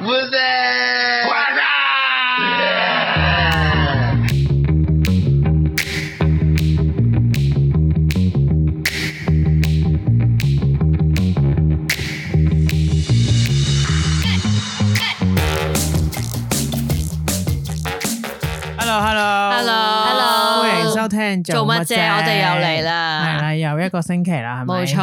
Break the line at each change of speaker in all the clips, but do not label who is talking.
Vous êtes...
Hello，hello，
Hello
歡迎收聽
做乜啫？我哋又嚟
係
啦，
啦，又一個星期啦，係咪？
冇錯。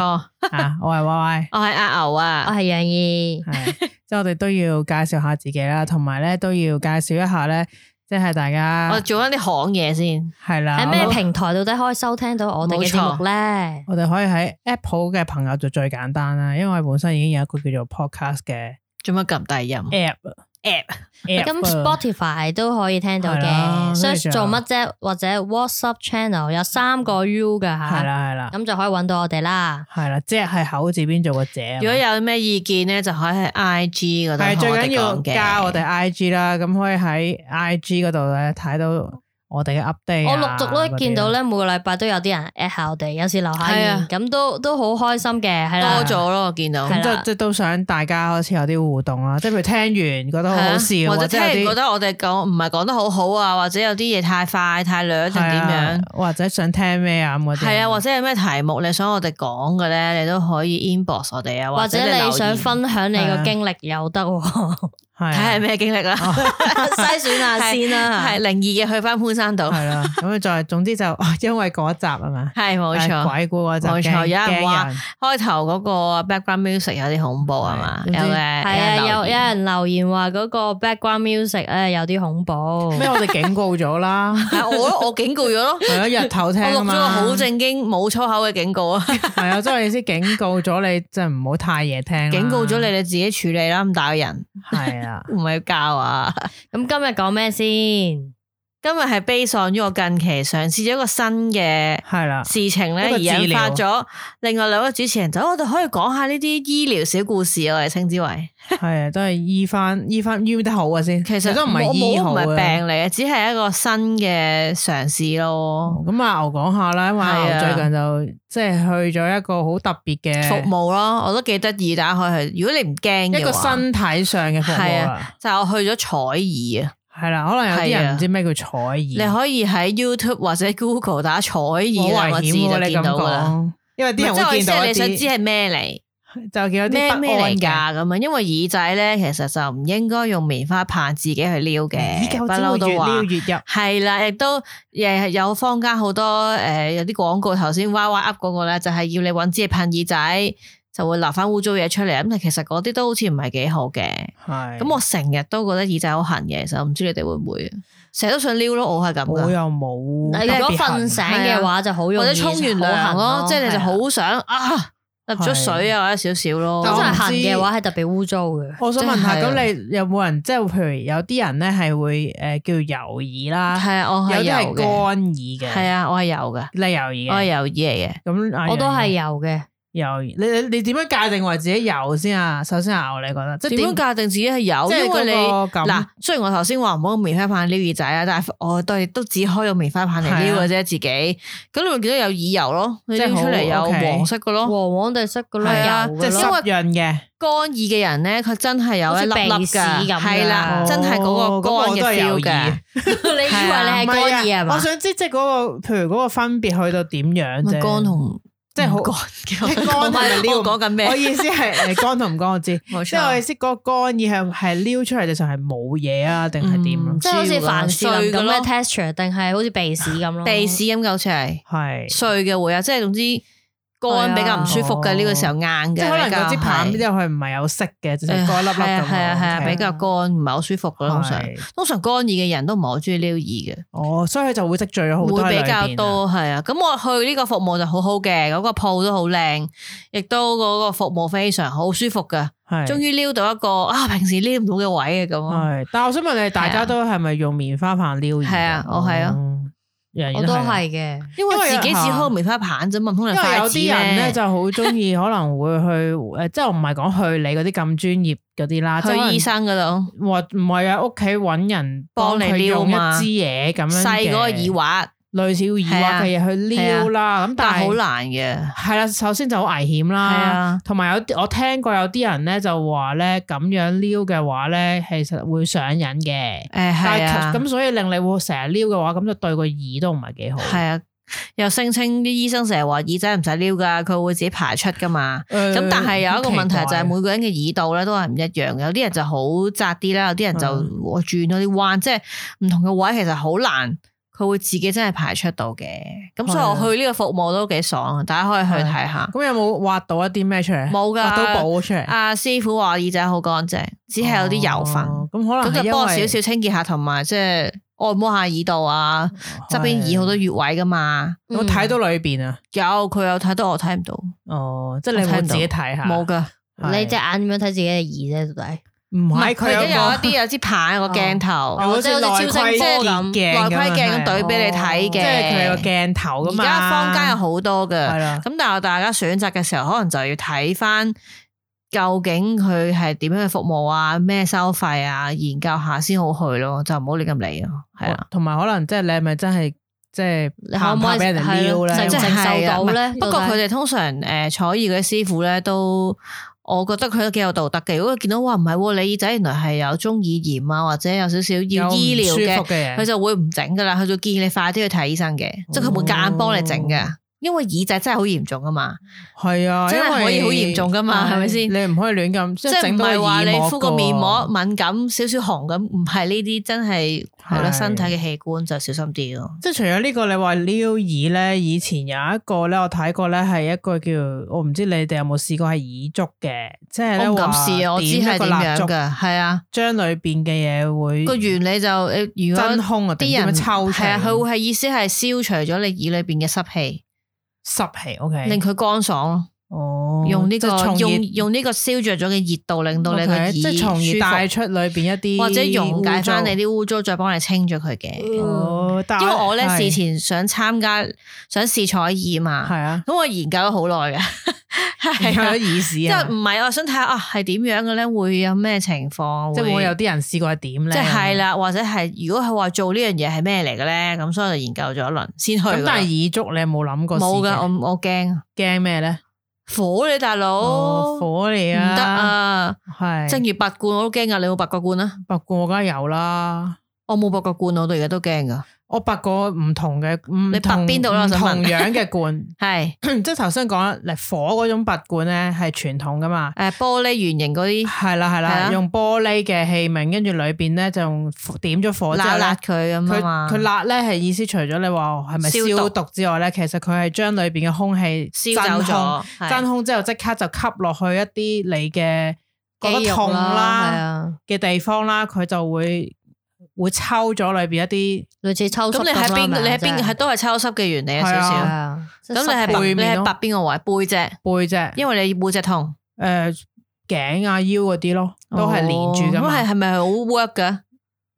啊，我係 Y
我係阿牛啊，我係楊怡
Y，係 即係我哋都要介紹下自己啦，同埋咧都要介紹一下咧，即係大家
我做緊啲行嘢先，
係啦，
喺咩
我
平台到底可以收聽到我哋嘅節目咧？
我哋可以喺 Apple 嘅朋友就最簡單啦，因為本身已經有一個叫做 Podcast 嘅
做乜撳低音
App
app？
app
咁
啊
Spotify 都可以聽到
係啦
嘅，search
跟住
做
就
乜啫？或者 WhatsApp channel 有三個 U 噶
係
吓，
啦係啦
咁就可以揾到我哋啦。
係啦，即係口字邊做個者啊嘛。
如果有咩意見咧，就可以喺 IG 嗰
係
度
最
同我
緊
哋
要
講嘅。
加我哋 I G 啦，咁可以喺 I G 嗰度咧睇到我哋嘅 update 啊。
我陸續都見到
嗰啲啊，
咧，每個禮拜都有啲人 at 下我哋，有時留下
係啊
言，咁都都好開心嘅，係啦
多。咗咯，我見到。
係啦
即即都想大家好似有啲互動啦，即係譬如聽完覺得好好
係啊
笑，
或者聽
有
人
啲
覺得我哋講唔係講得好好啊，或者有啲嘢太快太掠定點樣
係啊？或者想聽咩啊咁嗰啲。
係啊，或者有咩題目你想我哋講嘅咧，你都可以 inbox 我哋啊，
或者
者留
你
言
想分享你
係啊
個經歷又得喎，
係
睇下
啊
咩經歷啦，
篩選下先 啦。
係靈異嘅去翻潘山島，
係啦，咁啊再總之就 因為嗰一集啊嘛，
係冇錯。
係鬼故嗰集
冇錯
驚
有人話
驚人
開頭嗰個啊 background music 有啲恐怖係嘛？有
總之
嘅，
係啊，有有
留言
人留言話嗰個 background music 咧有啲恐怖。
咩？我哋警告咗 啦，
係我我警告咗咯，
係啊，日頭聽
我
啊
錄咗
嘛
個好正經冇粗口嘅警告啊，
係啊，即係我意思警告咗你，即係唔好太夜聽啦。
警告咗你你自己處理啦，咁大個人
係啊，
唔係教啊。
咁今日講咩先？
今日係 based on 於我近期嘗試咗一個新嘅
係啦，
事情咧，
一個
而
治療
引發咗另外兩位主持人就我哋可以講下呢啲醫療小故事啊，我哋稱之為
係啊，都係醫翻醫翻醫得好啊先。
其實
都唔係
冇
醫好
冇唔
啊
係病嚟嘅，只係一個新嘅嘗試咯，
咁啊，牛講下啦，因為
係啊
牛最近就即係去咗一個好特別嘅
服務咯，我都幾得意，大家可以去。如果你唔驚嘅
一個
話
身體上嘅服務
係
啦，
就係我去咗採耳啊！
係啦，可能有啲
係啊
人唔知咩叫採
你
耳，
可以喺 YouTube 或者 Google 打採
好
耳兩個
危
字
險喎
就
你
見
咁
到噶啦。
講，因為
唔
啲
係
人
即係我
會見
意思
到
係
一
你想知
啲
係咩嚟？
就見到啲
咩
不
咩
安
嚟
嘅，
㗎咁樣？因為耳仔咧，其實就唔應該用棉花棒自己去撩嘅，不嬲都
越
話
撩。越入。
係啦，亦都誒有坊間好多誒、呃有啲廣告，頭先 Y Y Up 嗰個咧，就係要你揾支嘢噴耳仔，就會留翻污糟嘢出嚟。咁但其實嗰啲都好似唔係幾好嘅。
係
咁我成日都覺得耳仔好痕嘅，其實我唔知你哋會唔會，啊成日都想撩啊咯，我係咁
我
噶。
又冇特別痕，
如果瞓醒嘅話就好容易
或者沖完涼
好
咯，
痕
即係你就
係啊
好想啊，入咗水啊，或者少少咯。
但我
通
唔
常痕
知
嘅話係特別污糟嘅。
我想問下，
真係
咁
啊
你有冇人即係譬如有啲人咧係會誒叫油耳啦，
係啊，我係
有啲係
有
乾
嘅，
耳
係
嘅，
啊，我係有嘅，
你油耳
我係
嘅，
有耳嚟嘅。
咁阿
我都係
楊
有嘅，
油耳。你你你點樣界定為自己油先啊？首先啊，你覺得即係
點樣界定自己係有？
即係
因為你
嗰個感
嗱，雖然我頭先話唔好用棉花棒撩耳仔啊，但係我都係都只可以用棉花棒嚟撩嘅啫，自己。咁你咪見到有耳油咯，你
啊即係
撩
好
出嚟有
OK
黃色嘅咯。
哦黃黃地色嘅咯，
哦係啊
油
即
嘅
係
咯。
濕潤嘅，
乾耳嘅人咧，佢真係有一粒
好似
粒
鼻屎咁
㗎，
㗎
係啦，
哦
真係嗰個乾
咁我都係
嘅
有
feel
耳
嘅。
你以為你係
唔
乾耳
係
係
啊我
嘛？
想知即係嗰個，譬如嗰個分別去到點樣
咪
啫？
乾同
即係好
唔 乾
即係乾
嘅，
係咪撩
我講緊
我
咩？
意思 係誒乾同唔乾，我知。
冇
即係我意
錯。
思，嗰個乾耳係係撩出嚟嘅時候係冇嘢啊，定係點啊
嗯？
即係好似凡士林
碎嘅
咁
咯
嘅 texture，定係好似鼻屎咁咯？
鼻屎咁嘅好似係
係。
碎嘅會啊，即係總之乾比較唔舒服嘅呢個時候硬嘅，
即係可能嗰支
比較
棒
係
之後佢唔係有色嘅，就係嗰一粒粒
係
咁
啊
樣。
係啊係啊，
OK
比較乾，唔係好舒服嘅通常。
係
通常乾耳嘅人都唔係好中意撩耳嘅，
哦，所以佢就會積聚咗好多喺
會
裏
比較
邊啊。
多係啊。咁我去呢個服務就好好嘅，嗰、個鋪都好靚，亦都嗰個服務非常好舒服嘅。
係
終於撩到一個啊，平時撩唔到嘅位嘅咁啊。
係，但係我想問你，大家都係咪用棉花棒撩耳㗎？
係啊我係啊
哦，人人
我都
係啊。
係嘅。
因為
因為
自己只開棉花棒啫嘛，唔通
因
你
為
筷
有
子
啲人咧
咩？
就好中意，可能會去誒， 即係我唔係講去你嗰啲咁專業嗰啲啦，即係可能
去醫生嗰度
或唔係啊，屋企揾人幫
幫你
佢
撩
用一
嘛
支嘢咁樣
細嗰個
嘅
耳環，唔啊
類似要疑惑嘅嘢去撩啦。咁
但
但
係好
係
難嘅，
係啦，首先就好危險
係
啦。
啊，
同埋有啲我聽過有啲人咧就話咧咁樣撩嘅話咧，其實會上癮嘅。
誒係啊
但，係咁所以令你會成日撩嘅話，咁就對個耳都唔係幾好。
係啊，又聲稱啲醫生成日話耳仔唔使撩噶，佢會自己排出噶嘛。咁
誒
但係有一個問題
嗯好奇
就
怪
係每個人嘅耳道咧都係唔一樣嘅，有啲人就好窄啲啦，有啲人就
嗯
我轉咗啲彎，即係唔同嘅位其實好難，佢會自己真係排出到嘅。咁所
係
以
啊
我去呢個服務都幾爽，大家可以去睇下。
咁有冇挖到一啲咩出嚟？
冇㗎
挖到寶出嚟。
阿師傅話耳仔好乾淨，只係有啲油份，
哦咁可
咁
能
就幫我
幫
少少清潔下，同埋即係按摩下耳道啊，
哦
側邊耳好多穴位噶嘛。
我睇到裏边啊，
有佢有睇到，我睇唔到，
哦，即係你會自己睇下，
冇噶。
係
你隻眼點樣睇自己嘅耳啫？到底
唔
唔
係
係
佢
佢都有一
有
啲有支棒有個鏡頭，
個，
哦即係好似超聲波
內
咁
內
窺
窺鏡
對，
咁對俾你睇嘅。
啊哦即係佢有個鏡頭啊噶
而
嘛。
家坊間有好多
係
嘅，
啦，
咁但係大家選擇嘅時候，可能就要睇翻究竟佢係點樣嘅服務啊，咩收費啊，研究下先好去咯，就唔好亂咁理啊。係啊，
同埋可能即係你係咪真係即係
你可唔可以
俾人哋
係
撩
咯
咧？
承唔
即
因為
承受
係啊
到
唔
咧？
不過
到底
佢哋通常誒採耳嗰啲師傅咧都。我覺得佢都幾有道德嘅，如果佢見到哇唔係喎，你耳仔原來係有中耳炎啊，或者有少少要醫療嘅
有唔舒，服嘅哦
佢
嘢，
就會唔整噶啦，佢就建議你快啲去睇醫生嘅，即係佢會夾硬幫你整嘅，因為耳仔真係好嚴重噶啊嘛，
係啊，
真係可以好嚴重噶嘛，係咪先？
你唔可以亂咁，即
即係
係
唔
整到
係話
耳
你
膜
敷個面膜
㗎喎。
敏感少少紅咁，唔係呢啲真係係咯，
係
身體嘅器官就小心啲咯。
即係除咗呢個，你話撩耳咧，以前有一個咧，我睇過咧，係一個叫我唔知你哋有冇試過係耳燭嘅，即係咧
我唔敢
話
試啊，我知
點一
係
個
點
蠟
樣
燭
噶，係啊，
將裏邊嘅嘢會
個原理就誒，如
真
果
空啊，
啲人
抽出
係啊，
嚟
佢會係意思係消除咗你耳裏邊嘅濕氣，
濕氣，OK，
令佢乾爽咯。
哦，
用呢
即係
個
從
用
熱
用呢個燒着咗嘅熱度，令到你個
OK，
耳
即係從而帶出裏邊一啲
或者溶解翻
污糟
你啲污糟，再幫你清咗佢嘅。
嗯
哦，但
因為我咧
係
事前想參加想試採耳
係
嘛，
啊，
咁我研究咗好 耐嘅， 係
有
啊
咗，耳屎
即
啊
係，唔係我想睇下啊係點樣嘅咧，會有咩情況，
即係會有啲人試過係點咧，
即係係。啦，或者係如果佢話做呢樣嘢係咩嚟嘅咧，咁所以我就研究咗一輪先去㗎啦。
咁但係耳燭你有冇諗過試嘅？
冇噶，我我驚
驚咩咧？
火你大佬
哦，火嚟啊！
唔得！啊！
係
正如拔罐我都驚噶，你有冇拔過罐啊？
拔罐我梗係有啦，
我冇拔過罐，我到而家都驚噶。
我拔過唔同嘅，
你
你
拔邊度啦我想問
同樣嘅罐，
係
即係頭先講啦，嚟火嗰種拔罐咧係傳統噶嘛。
誒玻璃圓形嗰啲
係啦係
係啊
啦，用玻璃嘅器皿，跟住裏邊咧就用火點咗火之
辣
後
辣
咧，
佢咁
佢
啊嘛，
佢辣咧係意思除咗你話係咪
消
消
毒
毒之外咧，其實佢係將裏邊嘅空氣
燒
真
走
空，
咗，係
真空之後即刻就吸落去一啲你嘅覺
肌
得
肉
痛
係
啦
啊。
嘅地方啦，佢就會會抽咗裏邊一
類似抽
咁
搐
你喺
咁
邊？
啦
你喺
真
邊？係都係抽濕嘅原理啊，
係
少
啊
係
少。
啊，咁
咁你係
背
白
面
你係
咯
白邊個位？背脊，
啲背脊，
因為你背脊痛，
誒頸啊腰嗰啲咯，都係連住噶
哦
嘛。
咁係係咪好 work 噶？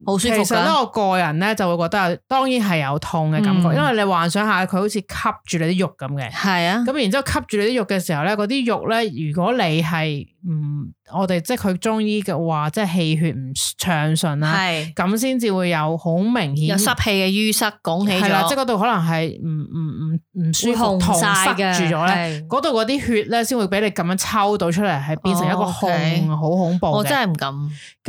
好舒
其
服
實咧，
噶。
我個人咧就會覺得有，當然係有痛嘅感覺，
嗯
因為你幻想下佢好似吸住你啲肉咁嘅。
係啊，
咁然之後吸住你啲肉嘅時候咧，嗰啲肉咧，如果你係唔，我哋即係佢中醫嘅話，即係氣血唔暢順啦，
係
咁先至會有好明顯
有濕氣嘅淤塞拱起
係啦，即係
咗，
嗰度可能係唔唔唔唔舒
會
服，
紅
痛
晒
塞
嘅，
住咗咧，
係
嗰度嗰啲血咧先會俾你咁樣抽到出嚟，係變成一個
哦
控，
，OK
好恐怖
我真
嘅。
係唔敢，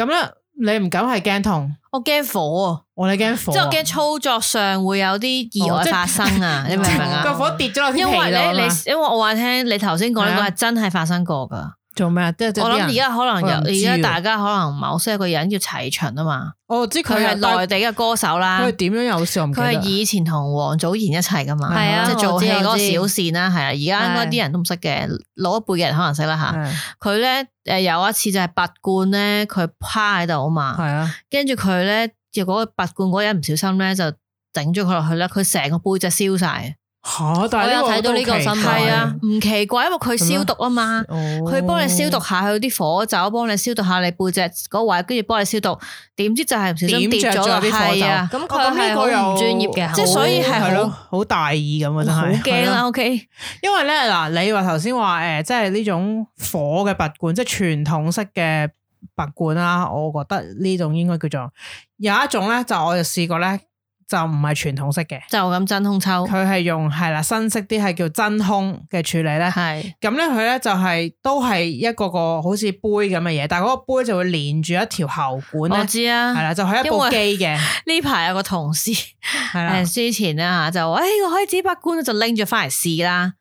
咁咧，你唔敢係驚痛，
我驚火啊！
我哋驚火
即係我
啊，
驚操作上會有啲意
哦
外
即係
發生 啊！你明唔明啊？
個火跌咗落啲皮
因
度
為咧，
啊
你
嘛
因為我話聽你頭先講呢個
係
係
啊
真係發生過噶。
做咩啊？即係
我諗而家可能
我又唔知啊
有，而家
喎
大家可能唔係好識一個人叫齊秦啊嘛。
我知
佢
佢
係
係
內地嘅歌手啦
佢係。點樣有事我唔記
佢係
得。
以前同黃祖賢一齊噶嘛，
係啊
即係
我
做
知
戲嗰
我
個
知
小倩啦，係啊，而家應該啲人都唔識嘅，老一輩嘅人可能識啦吓。
係
佢咧誒有一次就係拔罐咧，佢趴喺度啊
係
嘛，
啊，
跟住佢咧，結果拔罐嗰個人唔小心咧就整咗佢落去啦，佢成個背脊燒晒，
吓！但係呢
我有睇到呢個
個
新聞
係
係啊，，唔奇怪，因為佢消毒啊嘛。
哦
佢幫你消毒下佢啲火酒，幫你消毒下你背脊嗰位，跟住幫你消毒。點知就係唔小心
點
跌
着
咗
咗
落
啲火
係啊，
咁
哦
佢
呢
係好
個又
唔專業嘅，
即係所以係好
係咯，好大意咁啊！真
好
係
驚
係
啦
咯
！OK，
因為咧嗱，你話頭先話誒，即係呢種火嘅拔罐，即係傳統式嘅拔罐啦，我覺得呢種應該叫做有一種咧，就我就試過咧，就唔係傳統式嘅，
就咁真空抽，
佢係用係啦新式啲係叫真空嘅處理咧。
係
咁咧佢咧就係、都係一個個好似杯咁嘅嘢，但係嗰個杯就會連住一條喉管
我
咧，
知
係
啊。
啦，就係、一部
因
機嘅，
呢排有個同事
係啦
誒，之前啦嚇就話，誒我可以自己拔罐，就拎咗翻嚟試啦。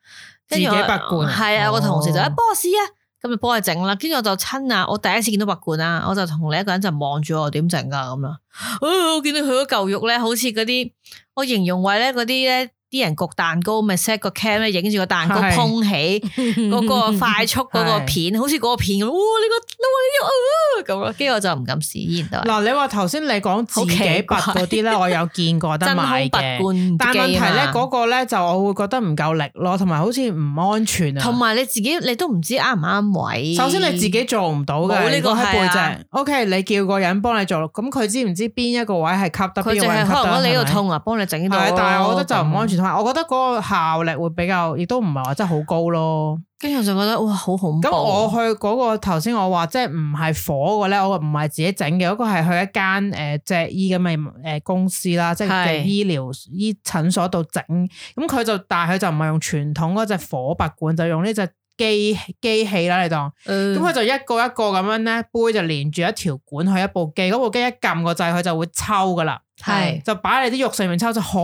跟住我
自己拔罐啊
係啊，有個同事就
哦
誒幫我試啊，咁就幫佢整啦。跟住我就親啊，我第一次見到拔罐啊，我就同另一個人就望住我點整㗎咁啦。哦我見到佢嗰嚿肉咧，好似嗰啲呃我形容為咧嗰啲咧啲人焗蛋糕咪 set 個 cam 咧，影住個蛋糕
係
蓬起。嗰個快速嗰個
係
片，好似嗰個片咁，哇！你個哇你個啊咁咯，跟住我就唔敢試，依然都係
嗱，你話頭先你講自
好奇
己
怪
拔嗰啲咧，我有見過有得
真空
買
拔
嘅，
罐
但係問題
機啊
咧
嘛
嗰個咧就我會覺得唔夠力咯，同埋好似唔安全啊。
同埋你自己你都唔知啱唔啱位。
首先你自己做唔到嘅，
冇呢個
如果喺背
係啊
脊。O K，你叫個人幫你做，咁佢知唔知邊一個位係吸得，
佢
邊
淨
個位
係
唔吸
可能
得？
覺得你
係
呢
咪
度痛啊，幫你整到
係哦
咯。
但係我覺得就唔安
咁。
全，同埋我覺得嗰個效力會比較，亦都唔係話真係好高咯。
跟住我就覺得哇，好恐怖。
咁我去嗰個頭先我話即係唔係火嘅咧，我唔係自己整嘅，嗰個係去一間誒隻醫咁嘅誒公司啦，即係
係
嘅醫療醫診所度整。咁佢就但係佢就唔係用傳統嗰隻火拔罐，就用呢隻機機器啦，你當。咁
咁
佢就一個一個咁樣咧，杯就連住一條管去一部機，嗰部機一撳個掣，佢就會抽噶啦。
係
就擺你啲肉上面抽，就好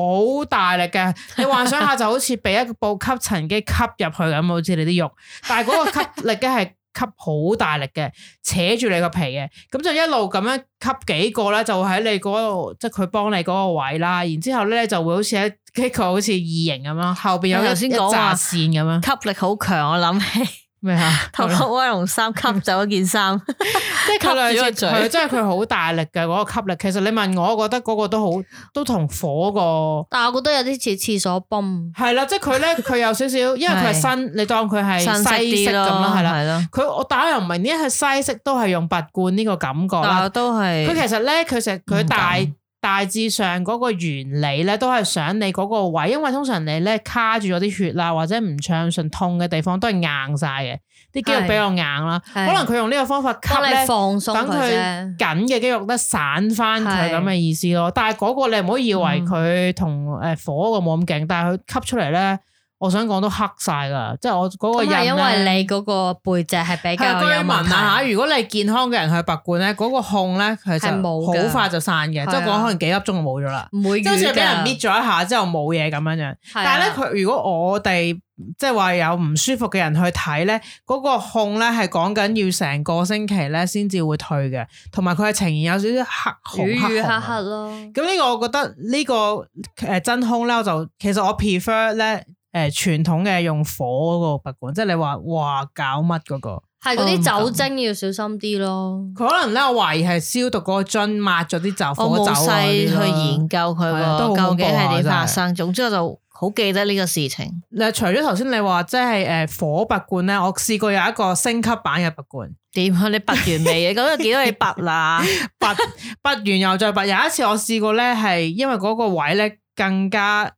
大力嘅。 你幻想下就好似俾一部吸塵機吸入去咁，好似你啲肉，但係嗰個吸力嘅係吸好大力嘅，扯住你個皮嘅。咁就一路咁樣吸幾個咧，就喺你嗰度，即係佢幫你嗰個位啦。然之後咧就會好似一 一個好似異形咁樣，後邊有
你
一
頭先
一
講話
紮線咁樣
吸力好強，我諗起
咩啊？
《頭殼威龍三》吸走一件衫，
即係佢
吸住
兩隻，
個嘴
係真係佢好大力嘅嗰、個吸力。其實你問我，我覺得嗰個都好，都同火個
但係我覺得有啲似廁所泵，
係啦，即係佢咧，佢有少少，因為佢係新，你當佢係西
新
式
啲
咁啦，係啦。
係咯。
佢我打又唔明點解係西式都係用拔罐呢個感覺
但
啦
啊我。都係
佢其實咧，佢實佢大
唔敢
大致上嗰個原理咧，都係想你嗰個位，因為通常你咧卡住咗啲血啦，或者唔暢順痛嘅地方都係硬晒嘅，啲肌肉比較硬啦。可
係
能佢用呢個方法吸
幫
咧
你。放鬆
等
佢
佢
啫。
緊嘅肌肉咧散翻佢
係
咁嘅意思咯。但係嗰個你唔好以為
嗯
佢同誒火個冇咁勁，但係佢吸出嚟咧，我想講都黑晒噶，即係我嗰個
咁
人
係
咧
因為你嗰個背脊係比較有
係居民
問題
啊嚇！如果你係健康嘅人去拔罐咧，嗰個控咧佢就
係冇㗎
好快就散嘅，
係啊
即係講可能幾粒鐘就冇咗啦。
唔會
即係好似
瘀
俾人
㗎
搣咗一下之後冇嘢咁樣樣，
係啊
但係咧佢如果我哋即係話有唔舒服嘅人去睇咧，嗰、個控咧係講緊要成個星期咧先至會退嘅，同埋佢係呈現有少少黑紅
瘀
黑紅
瘀黑
啊
黑咯。
咁呢個我覺得呢個誒真空咧，我就其實我 prefer 咧誒傳統嘅用火嗰個拔管，即係你話哇搞乜嗰個，
係嗰啲酒精要小心啲咯。
佢可能咧我懷疑係消毒嗰個樽抹咗啲酒
我
火酒
冇
啊
細
嗰啲咯
去研究佢
係啊都好恐
個
怖啊
究竟係點發
真
生，總之我就好記得呢個事情。
嗱，除咗頭先你話即係誒火拔罐咧，我試過有一個升級版嘅拔罐，
點啊？你拔完未啊？咁有幾多你拔啦？
拔拔完又再拔。有一次我試過咧，係因為嗰個位咧更加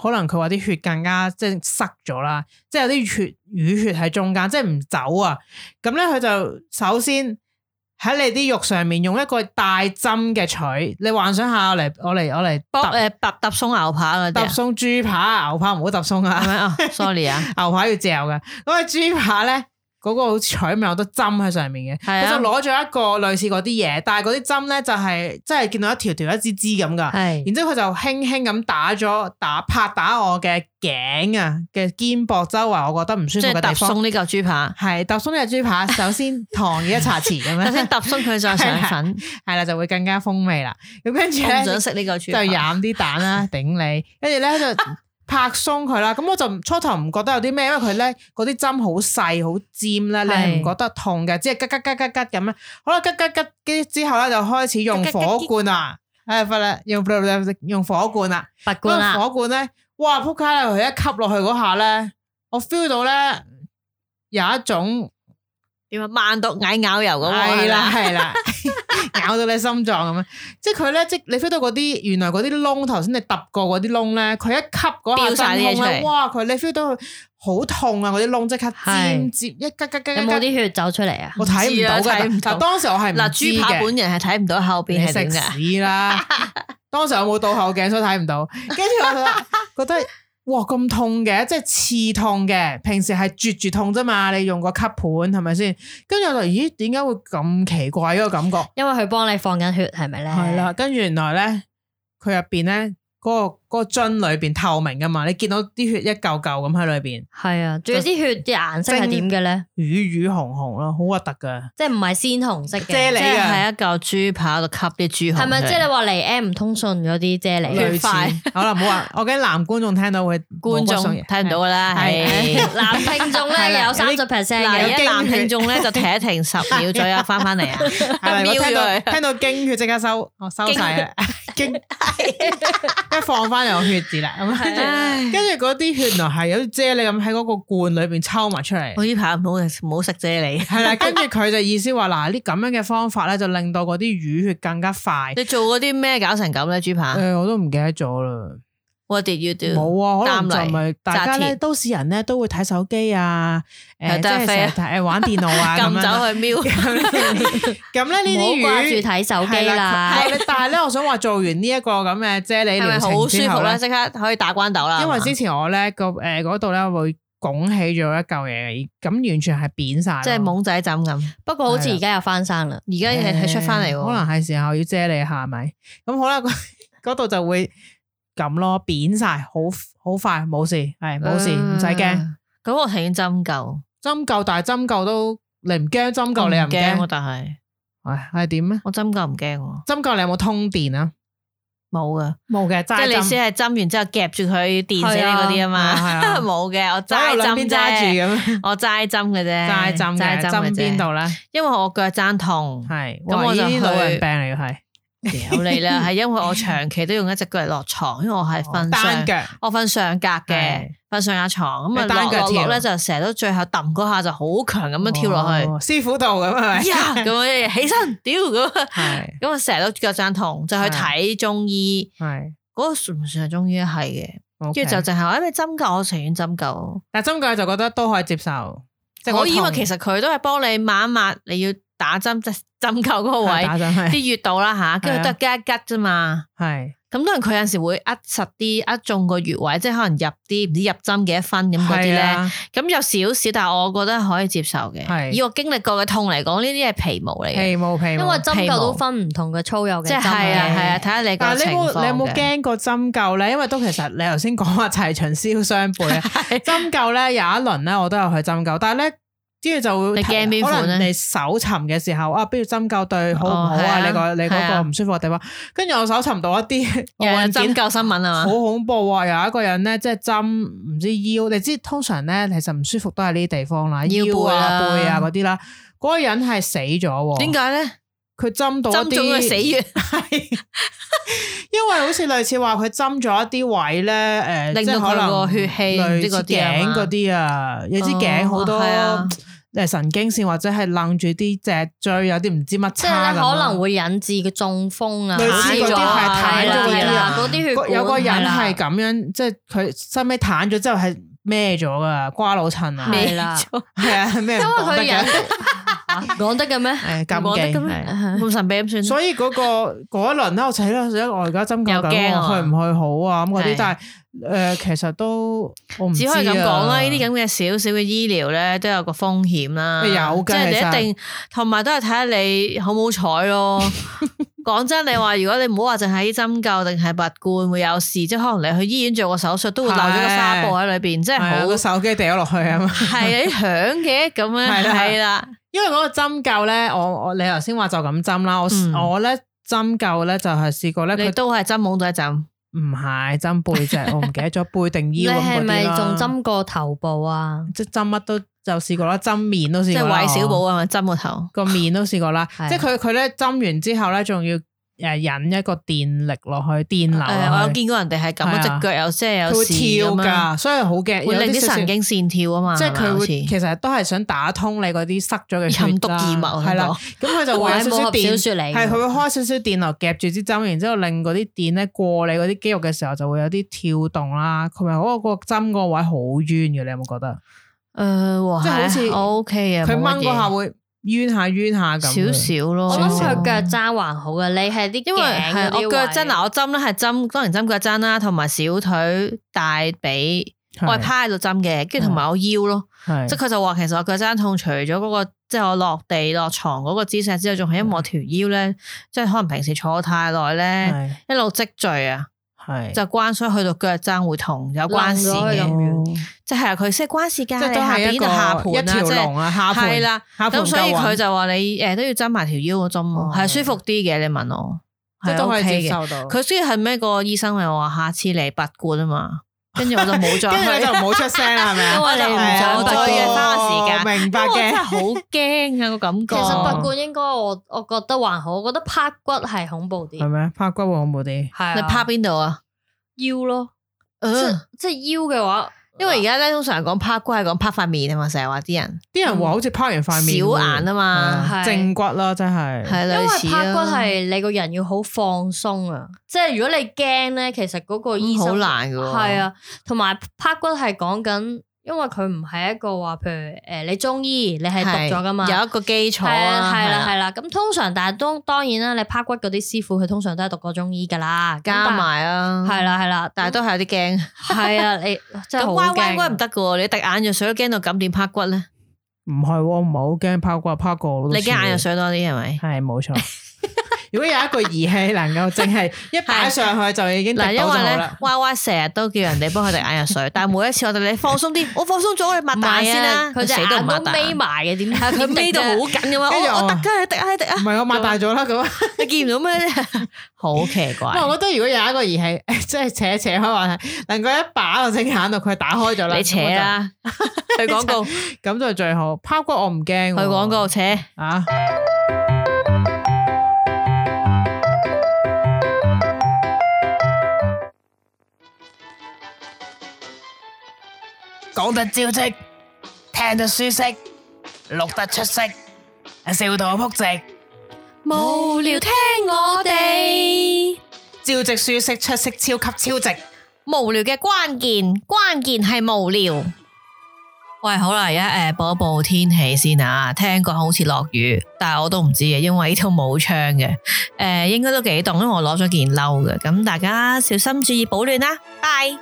可能佢話啲血更加即係塞咗啦，即係有啲血淤血喺中間，即係唔走啊。咁咧佢就首先。喺你啲肉上面用一個帶針嘅錘，你幻想下我嚟我嚟 我嚟
卜
揼
誒拔揼鬆牛扒嗰啲
揼
啊
鬆豬扒、牛扒唔好揼鬆啊
係！咪啊？Sorry 啊，
牛扒要嚼嘅，咁啊豬扒咧嗰、個好似錘咪有得針喺上面嘅，
係
佢、
啊
就攞咗一個類似嗰啲嘢，但係嗰啲針咧就係、真係見到一條條一支支咁噶，
係
然之後佢就輕輕咁打咗打拍打我嘅頸啊嘅肩膊周圍，我覺得唔舒
即
服
係
嘅地
揼鬆
方。
呢嚿豬 扒，
係揼鬆呢隻豬扒，首先糖嘅一茶匙咁
首
樣，
先揼鬆佢再上粉，
係啦就會更加風味啦。咁跟住
我唔
咧
想食呢嚿豬
就
扒。
啊
飲啲蛋啦， 頂你，跟住咧就拍鬆佢啦。咁我就初頭唔覺得有啲咩，因為佢咧嗰啲針好細好尖咧，你係唔覺得痛嘅，只係吉吉吉吉吉咁樣。好啦，吉吉吉之後咧就開始用
吉吉吉
火罐啦，誒不啦，用 用火罐啦，
拔
嗰
罐啊
個
啦，
火罐咧，哇撲街啦！佢一吸落去嗰下咧，我 feel 到咧有一種
點啊？慢到蟻咬油咁喎
係
係
啦
啦，
係啦，
啊
咬到你心臟咁樣，即係佢咧，即係你 feel 到嗰啲原來嗰啲窿，頭先你揼過嗰啲窿咧，佢一吸嗰
飆
下
晒啲
真
嘢出
空咧，
嚟
哇！佢你 feel 到佢好痛啊，嗰啲窿即刻尖尖一
係
吉吉吉
有冇
吉，
啲血走出嚟啊？
我睇唔到
唔知啊睇唔
㗎。
到
但當時我係唔
嗱
知
豬扒
嘅，
本人係睇唔到後
你
邊係
食
點嘅，
屎啦！當時我冇倒後鏡，所以睇唔到。跟住我就話 覺得哇咁痛嘅，即係刺痛嘅。平時係絕住痛啫嘛，你用個吸盤係咪先？跟住我就咦，點解會咁奇怪呢個感覺？
因為佢幫你放緊血，係咪咧？
係啦，，跟住原來咧，佢入邊咧嗰個嗰、個樽裏邊透明噶嘛，你見到啲血一嚿嚿咁喺裏邊，
係啊，仲有啲血嘅顏色係點嘅咧？
瘀瘀紅紅咯，好核突噶。
即係唔係鮮紅色
啫
嘅，
喱
即
嚟㗎
係一嚿豬扒度吸啲豬紅出嚟。
係咪？即係你話嚟 M 唔通訊嗰啲啫喱
類
血
似
塊
好啦，唔好話，我驚男觀眾聽到會
觀
冇乜
眾
信
睇唔到噶啦，
係
係。
男聽眾
係
咧
啦
有三十 percent
嗱，而
嘅，
有
家
經
男
血
聽眾咧就停一停十秒左右，翻翻嚟
係啦
啊，
如果聽
瞄咗
到
佢。
聽到經血即刻收，我收晒 啦，經一放翻有血 字啦，咁
唉
跟住嗰啲血原來係有啲啫喱咁喺嗰個罐裏邊抽埋出嚟
我。呢排唔好唔好食啫喱，
係 啦，跟住佢就意思話嗱，呢咁樣嘅方法咧，就令到嗰啲淤血更加 快。
你做嗰啲咩搞成咁咧？豬扒
誒，我都唔記得咗啦。
，What did you do？
冇啊，可能
擔
就
嚟
咪大家
扎
咧，
鐵
都市人咧都會睇手機啊，誒，
又
即
得
係成
飛
日
啊
睇誒玩電腦啊，咁
撳
樣啦
走去瞄，
咁咧呢
唔好
啲
掛
魚
住睇手機啦。
係 佢但係咧，我想話做完呢一個咁嘅啫喱
係咪
療
好
程
舒
之後
服咧？
咧，
即刻可以打關斗啦。
因為
係嘛
之前我咧個誒嗰度咧會拱起咗一嚿嘢，咁完全係扁晒咯，
即係懵仔枕咁，而
不過好似而家又翻生啦，
家係係出翻嚟
可
喎。
能係時候要啫喱下咪，咁好啦， 嗰嗰度就會咁咯，扁晒，好好快冇事，係冇事，唔使驚。
嗯。咁我情願針灸，
針灸，但係針灸都你唔驚，針灸你又唔
我唔驚喎
驚，
但係
唉係點咧？
我針灸唔驚喎，
針灸你有冇通電啊？
冇噶。
冇嘅，
即
即
係你先係針完之後夾住佢電死你嗰
係啊係
啲啊嘛
啊，
冇嘅，我
揸
齋
兩
針
邊揸住
啫，
咁，
我齋針嘅啫，
揸針嘅，針
嘅啫
邊？度咧？
因為我腳踭痛，
係，
咁
哇
我就
呢啲老人
去
病嚟嘅係
有 你啦，係因為我長期都用一隻腳嚟落床，因為我係瞓
哦單
上，
腳，
我瞓上格嘅
係，
瞓上下床咁啊
你單
落
腳
落
跳
落咧就成日都最後揼嗰下就好強咁樣跳落去哎
哦，師傅度咁係 咪？
呀咁樣起身，屌咁啊，
係
咁我成日都腳踭痛，就去睇中醫，
係，
嗰個算唔算係中醫啊？係嘅，跟
跟
住
住
就
就，
淨係話，因為針灸，我情願針灸。
但針灸就覺得都可以接受，即係
我以為其
實
實佢都係幫你抹一抹，你要打針即係針灸嗰個位
打針係啊
啲穴道啦吓，跟住都係吉一吉啫嘛。
係
咁當然佢有陣時會扼實啲，扼中個穴位，即係可能入啲唔知入針幾多分咁嗰啲
係
咧。
啊
咁有少少，但係我覺得可以接受
係
嘅。以我經歷過嘅痛嚟講，呢啲係皮毛嚟嘅，
皮毛皮
因
毛
為。針灸都分唔同嘅粗幼嘅
即係
針
係啊係啊，
嘅
睇。下你個
但係
情
你有冇
況
你有冇
嘅？
驚過針灸咧？因為都其實你頭先講話齊秦燒雙背 啊，針灸咧有一輪咧我都有去針灸，但係咧跟住就會
你驚邊
可
款呢啊
能你搜尋嘅時候啊，不如針灸對好唔好
哦係
啊？
啊
你個你嗰
係
個
啊
唔舒服嘅地方，跟住我搜尋到一啲
又有
案件
針灸新聞啊嘛
好？恐怖啊！有一個人咧，即係針唔知腰，你知通常咧，其實唔舒服都係呢啲地方啦，
腰
腰
背
啊、
啦
背啊嗰啲啦。嗰個人係死咗喎，
點解咧？
佢針到一
針中
哦啲
嘅死穴，
因為好似類似話佢針咗一啲位咧，誒、
令
即
到
係可
佢
能
個血氣唔
類
知
似
嗰啲啊
頸
嘛
嗰啲啊，有支頸好多
哦係啊
誒神經線或者係楞住啲脊椎，有啲唔知乜
即係
叉
你
咁啊
可能會引致嘅中風啊，
類似
癱
嗰啲
咗啊
係
係
癱咗嗰啲
啦
啊
嗰啲血管
有個人係
係啦
咁樣，即係佢收尾攤咗之後係孭咗噶，瓜老襯啊，
係啦，
係啊，咩
因
唔
為
講得
佢
嘅
人啊講得嘅咩？
誒
唔講得
禁忌
嘅咩
係。
咁神秘咁算
嗯
啦。
所以嗰個嗰一輪咧，我睇啦，所以我而家針灸
又
緊
驚
我
啊
去唔去好啊咁嗰啲
係，
但係誒呃其實都我唔
只可以咁
知啊
講啦，呢啲咁嘅少少嘅醫療咧，都有個風險啦。
有㗎
即係
其實
你一定，同埋都係睇下你好唔好彩咯。 講真，你話如果你唔好話淨係啲針灸定係拔罐會有事，即係可能你去醫院做個手術都會漏咗個紗布喺裏邊，即係
係啊個
好
手機掉咗落去啊嘛。
係啊響嘅咁
係
樣
啦
係啦，
因為嗰個針灸咧，我我你頭先話就咁針啦，我
嗯
我咧針灸咧就係試過咧，
你
佢
都係針懵仔針，
唔係針背 脊，我唔記得咗背定
你
腰咁嗰
係
啲
咪
啦
仲針過頭部啊？
即係針乜都就試過啦，針面都試
即係
過啦。
韋小寶
我
啊嘛，針個頭。
個面都試過 啦，
係啊
即係佢佢咧針完之後咧，仲要誒引一個電力落去，電流
誒，我
落
有
去，
見過人哋係咁
啊係啊
啊，隻腳有即係有
佢會跳
事咁樣，
㗎，所以好驚，
會令
有
啲
少少
神。經線跳啊嘛，
即係
係咪
佢
好
會，
似
其實都係想打通你嗰啲塞咗嘅血
任督
啦
二脈啊
係啦
我。
咁佢就會有少
哇
少
武俠小
電，
說嚟㗎
係佢會開少少電流夾住支針，然之後令嗰啲電咧過你嗰啲肌肉嘅時候，就會有啲跳動啦。佢咪嗰個針嗰個位好冤嘅，你有冇覺得？
誒，哇
即係好似
哦係 O K 啊，
佢
冇乜
掹嗰下
嘢
會冤下冤下咁
少
嘅。
少咯。
我
少
諗
少
佢腳踭還好嘅，你係啲
因為
頸嗰
係
啲
我腳踭
位
嗱，我針咧係針，當然針腳踭啦，同埋小腿、大髀，我係趴喺度針嘅，跟住同埋我腰
嗯
咯。
係，
即係佢就話其實我腳踭痛，除咗嗰個即係我落地落床嗰個姿勢之外，仲係因為我條腰咧，即係可能平時坐太耐咧，
係
一路積聚啊，
係
就關所以去到腳踭會痛，有關事
掕咗佢咁
嘅。
遠
哦
即係啊佢即係關事㗎，
即係
你
都
下
係一
邊就
個
下盤
一
啦，
條
即係
龍啊，下盤
係啦。
下盤
咁所以
夠
佢
穩
就話你誒都要針埋條腰嗰針咯，
哦
係舒服啲嘅。你問我，
即
係
係都可以
OK
接
嘅。
受到。
佢雖然係咩個醫生咪話下次嚟拔罐啊嘛，跟住我就冇
跟住
再
你
去
就。唔好出聲啦，係咪啊？
因為你唔想
係
再
我
嘅
花時間
明白
因為我真係
嘅。
好驚啊個感覺。
其實拔罐應該我我覺得還好，我覺得拍骨係恐怖啲
係，咩？拍骨會恐怖啲。
係
你趴
啊
邊度啊？
腰咯，
嗯
即即腰嘅話，
因為而家咧通常講趴骨係講趴塊面啊嘛，成日話啲人
啲人話好似拋完塊面
嗯小
會，
眼啊嘛，
係
正骨啦，真係。
係
因
類似
為
啊
拍骨係你個人要好放鬆啊，即係如果你驚咧，其實嗰個醫
嗯
生
好難㗎喎
係啊，同埋拍骨係講緊，因為佢唔係一個話，譬如誒、呃你中醫你係讀咗噶嘛，
有一個基礎
係啊
啊，
係啦
係
係啦，咁通常但係當當然啦，你拍骨嗰啲師傅佢通常都係讀過中醫噶啦，
加埋
咁
啊，
但係啦係啦，
但係都係有啲驚。
係啊， 你真係
咁
好
歪
驚
歪
啊
骨唔得噶喎，你滴眼藥水都驚到咁，點拍骨咧？
唔係喎，唔係好驚拋骨，拋過我都
你
啊
驚眼藥
試
水多啲係咪？
係冇錯。 如果有一個儀器能夠淨係一擺上去就已經
嗱，
滴
因
到就
為
好
咧
啦，
，Y Y 成日都叫人哋幫佢滴眼藥水， 但係每一次我哋你放鬆啲， 我放鬆咗，我哋擘
唔
大
係
眼先啦，
啊，佢隻
死都唔
眼
擘
都
大
眯
眼。
埋哎嘅， 點
係
解
佢眯到好緊咁嘛，
跟住
我
我
我得噶，你滴啊你滴啊
唔，係我擘大咗啦咁。
你見唔到咩咧？ 好奇 怪，
我覺得如果有一個儀器， 即係扯一扯開話題，能夠一把我隻眼度佢打開咗啦，
你扯啊啦， 去廣 告，
咁就，咁就最好。拋骨我唔驚喎，
去廣告扯。
啊！
講得招積，聽得舒適，錄得出色，笑到我撲直。
無聊聽我哋。
照直舒適出色超級超值，
無聊嘅關鍵，關鍵係無聊。喂，好啦，而家誒報一報天氣先啊。聽講好似落雨，但係我都唔知嘅，因為呢度冇窗嘅。誒、應該都幾凍，因為我攞咗件褸嘅。咁大家小心注意保暖啦，拜。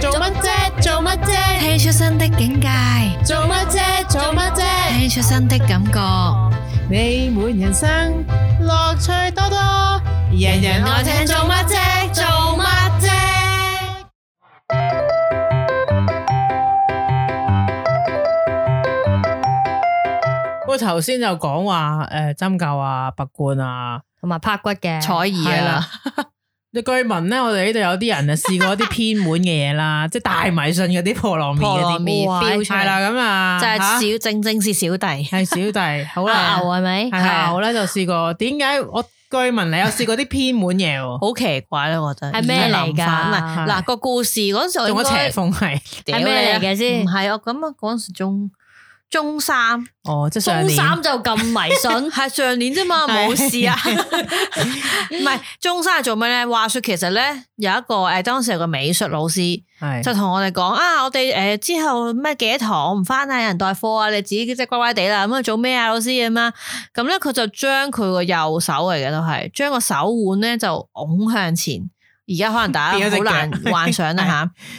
做乜啫？做乜啫？
睇出新的境界，
做乜啫？做乜啫？
睇出新的感覺。
你滿人生樂趣多多，人人愛聽做乜啫？做乜啫？我頭先就講話誒針灸啊、拔罐啊。
同埋拍骨
彩
嘅
兒
係
啊
啦，你據聞咧，我哋呢度有啲人啊試過一啲偏門嘅嘢啦， 即係大迷信嗰啲婆羅面
破
嗰
浪
啲，
面
哇
標出
係啦
嚟，
咁啊，
就係
嚇
小正正是小弟。
係小弟，好
阿
啦
牛，係咪？
係啊牛咧就試過，點解我據聞你有試過啲偏門嘢喎，
好奇怪咧，我覺得
係咩嚟㗎
嗱嗱個故事嗰陣時
仲
我應
有
該
邪風 係，
屌
係咩
你啊
嚟嘅先
唔係我咁啊，嗰陣時中中三，
哦，即係上
中
年
三就咁 迷信，
係上年啫嘛，冇
係
事啊。唔係中三係做咩咧？話說其實咧有一個誒，當時有個美術老師
係
就同我哋講啊，我哋誒之後咩幾多堂我唔翻啊，有人代課啊，你自己即係乖乖地啦。咁啊做咩啊，老師咁啊？咁咧佢就將佢個右手嚟嘅都係，將個手腕咧就拱向前。而家可能大家
變咗隻
好
腳
難幻想啦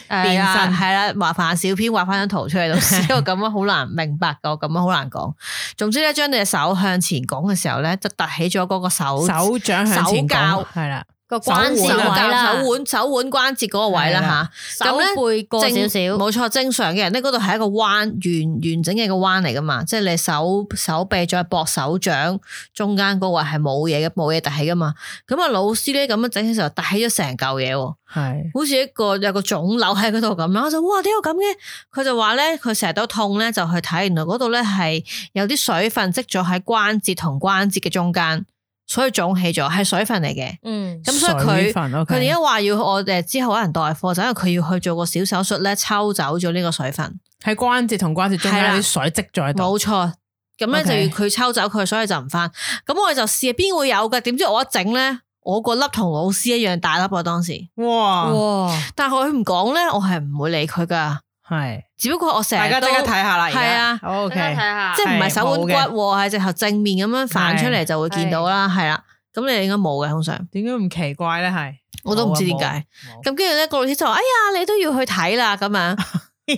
吓。誒
變身
係啦，麻煩小編畫翻張圖出嚟，到時因為咁樣好難明白噶，咁樣好難講。總之咧，將你隻手向前拱嘅時候咧，就凸起咗嗰個手
手掌向前
手教
講，係啦，
個關
手啊
節
手
位啦，
手腕手腕關節嗰個位
係
啦
啦
吓，咁
啊手
咧。
背過少
正
少，
冇錯。正常嘅人咧，嗰度係一個彎，完完整嘅一個彎嚟噶嘛，即係你手手臂再膊手掌中間嗰位係冇嘢嘅，冇嘢凸起噶嘛。咁啊，老師咧咁樣整嘅時候，凸起咗成嚿嘢喎。
係
好似一個有個腫瘤喺嗰度咁啦，我就哇點解咁嘅？佢就話咧，佢成日都痛咧，就去睇，原來嗰度咧係有啲水分積咗喺關節同關節嘅中間，所以腫起咗，係水分嚟嘅。
嗯，
咁所以佢
水分
佢
OK
點解話要我哋之後有人代課，就因為佢要去做個小手術咧，抽走咗呢個水分。
喺關節同關節中
係啦
間啲水積咗喺度，
冇錯，咁咧
OK
就要佢抽走佢，所以就唔翻。咁我哋就試邊會有嘅，點知我一整咧，我個粒同老師一樣大粒啊！當時，
哇，
哇，
但係佢唔講咧，我係唔會理佢噶。
系，
只不過我成
大
日
家
都
即刻睇下啦，而
係
家
啊
，O
大家
K，
睇下，
即係唔係手腕骨
係冇
喎，係直頭正面咁樣反出嚟就會見到啦，係啦。咁你應該冇嘅，通常
点解咁奇怪咧？系，
我都唔知點
冇啊
解。咁跟住咧，個老師就話：哎呀，你都要去睇啦 咁樣。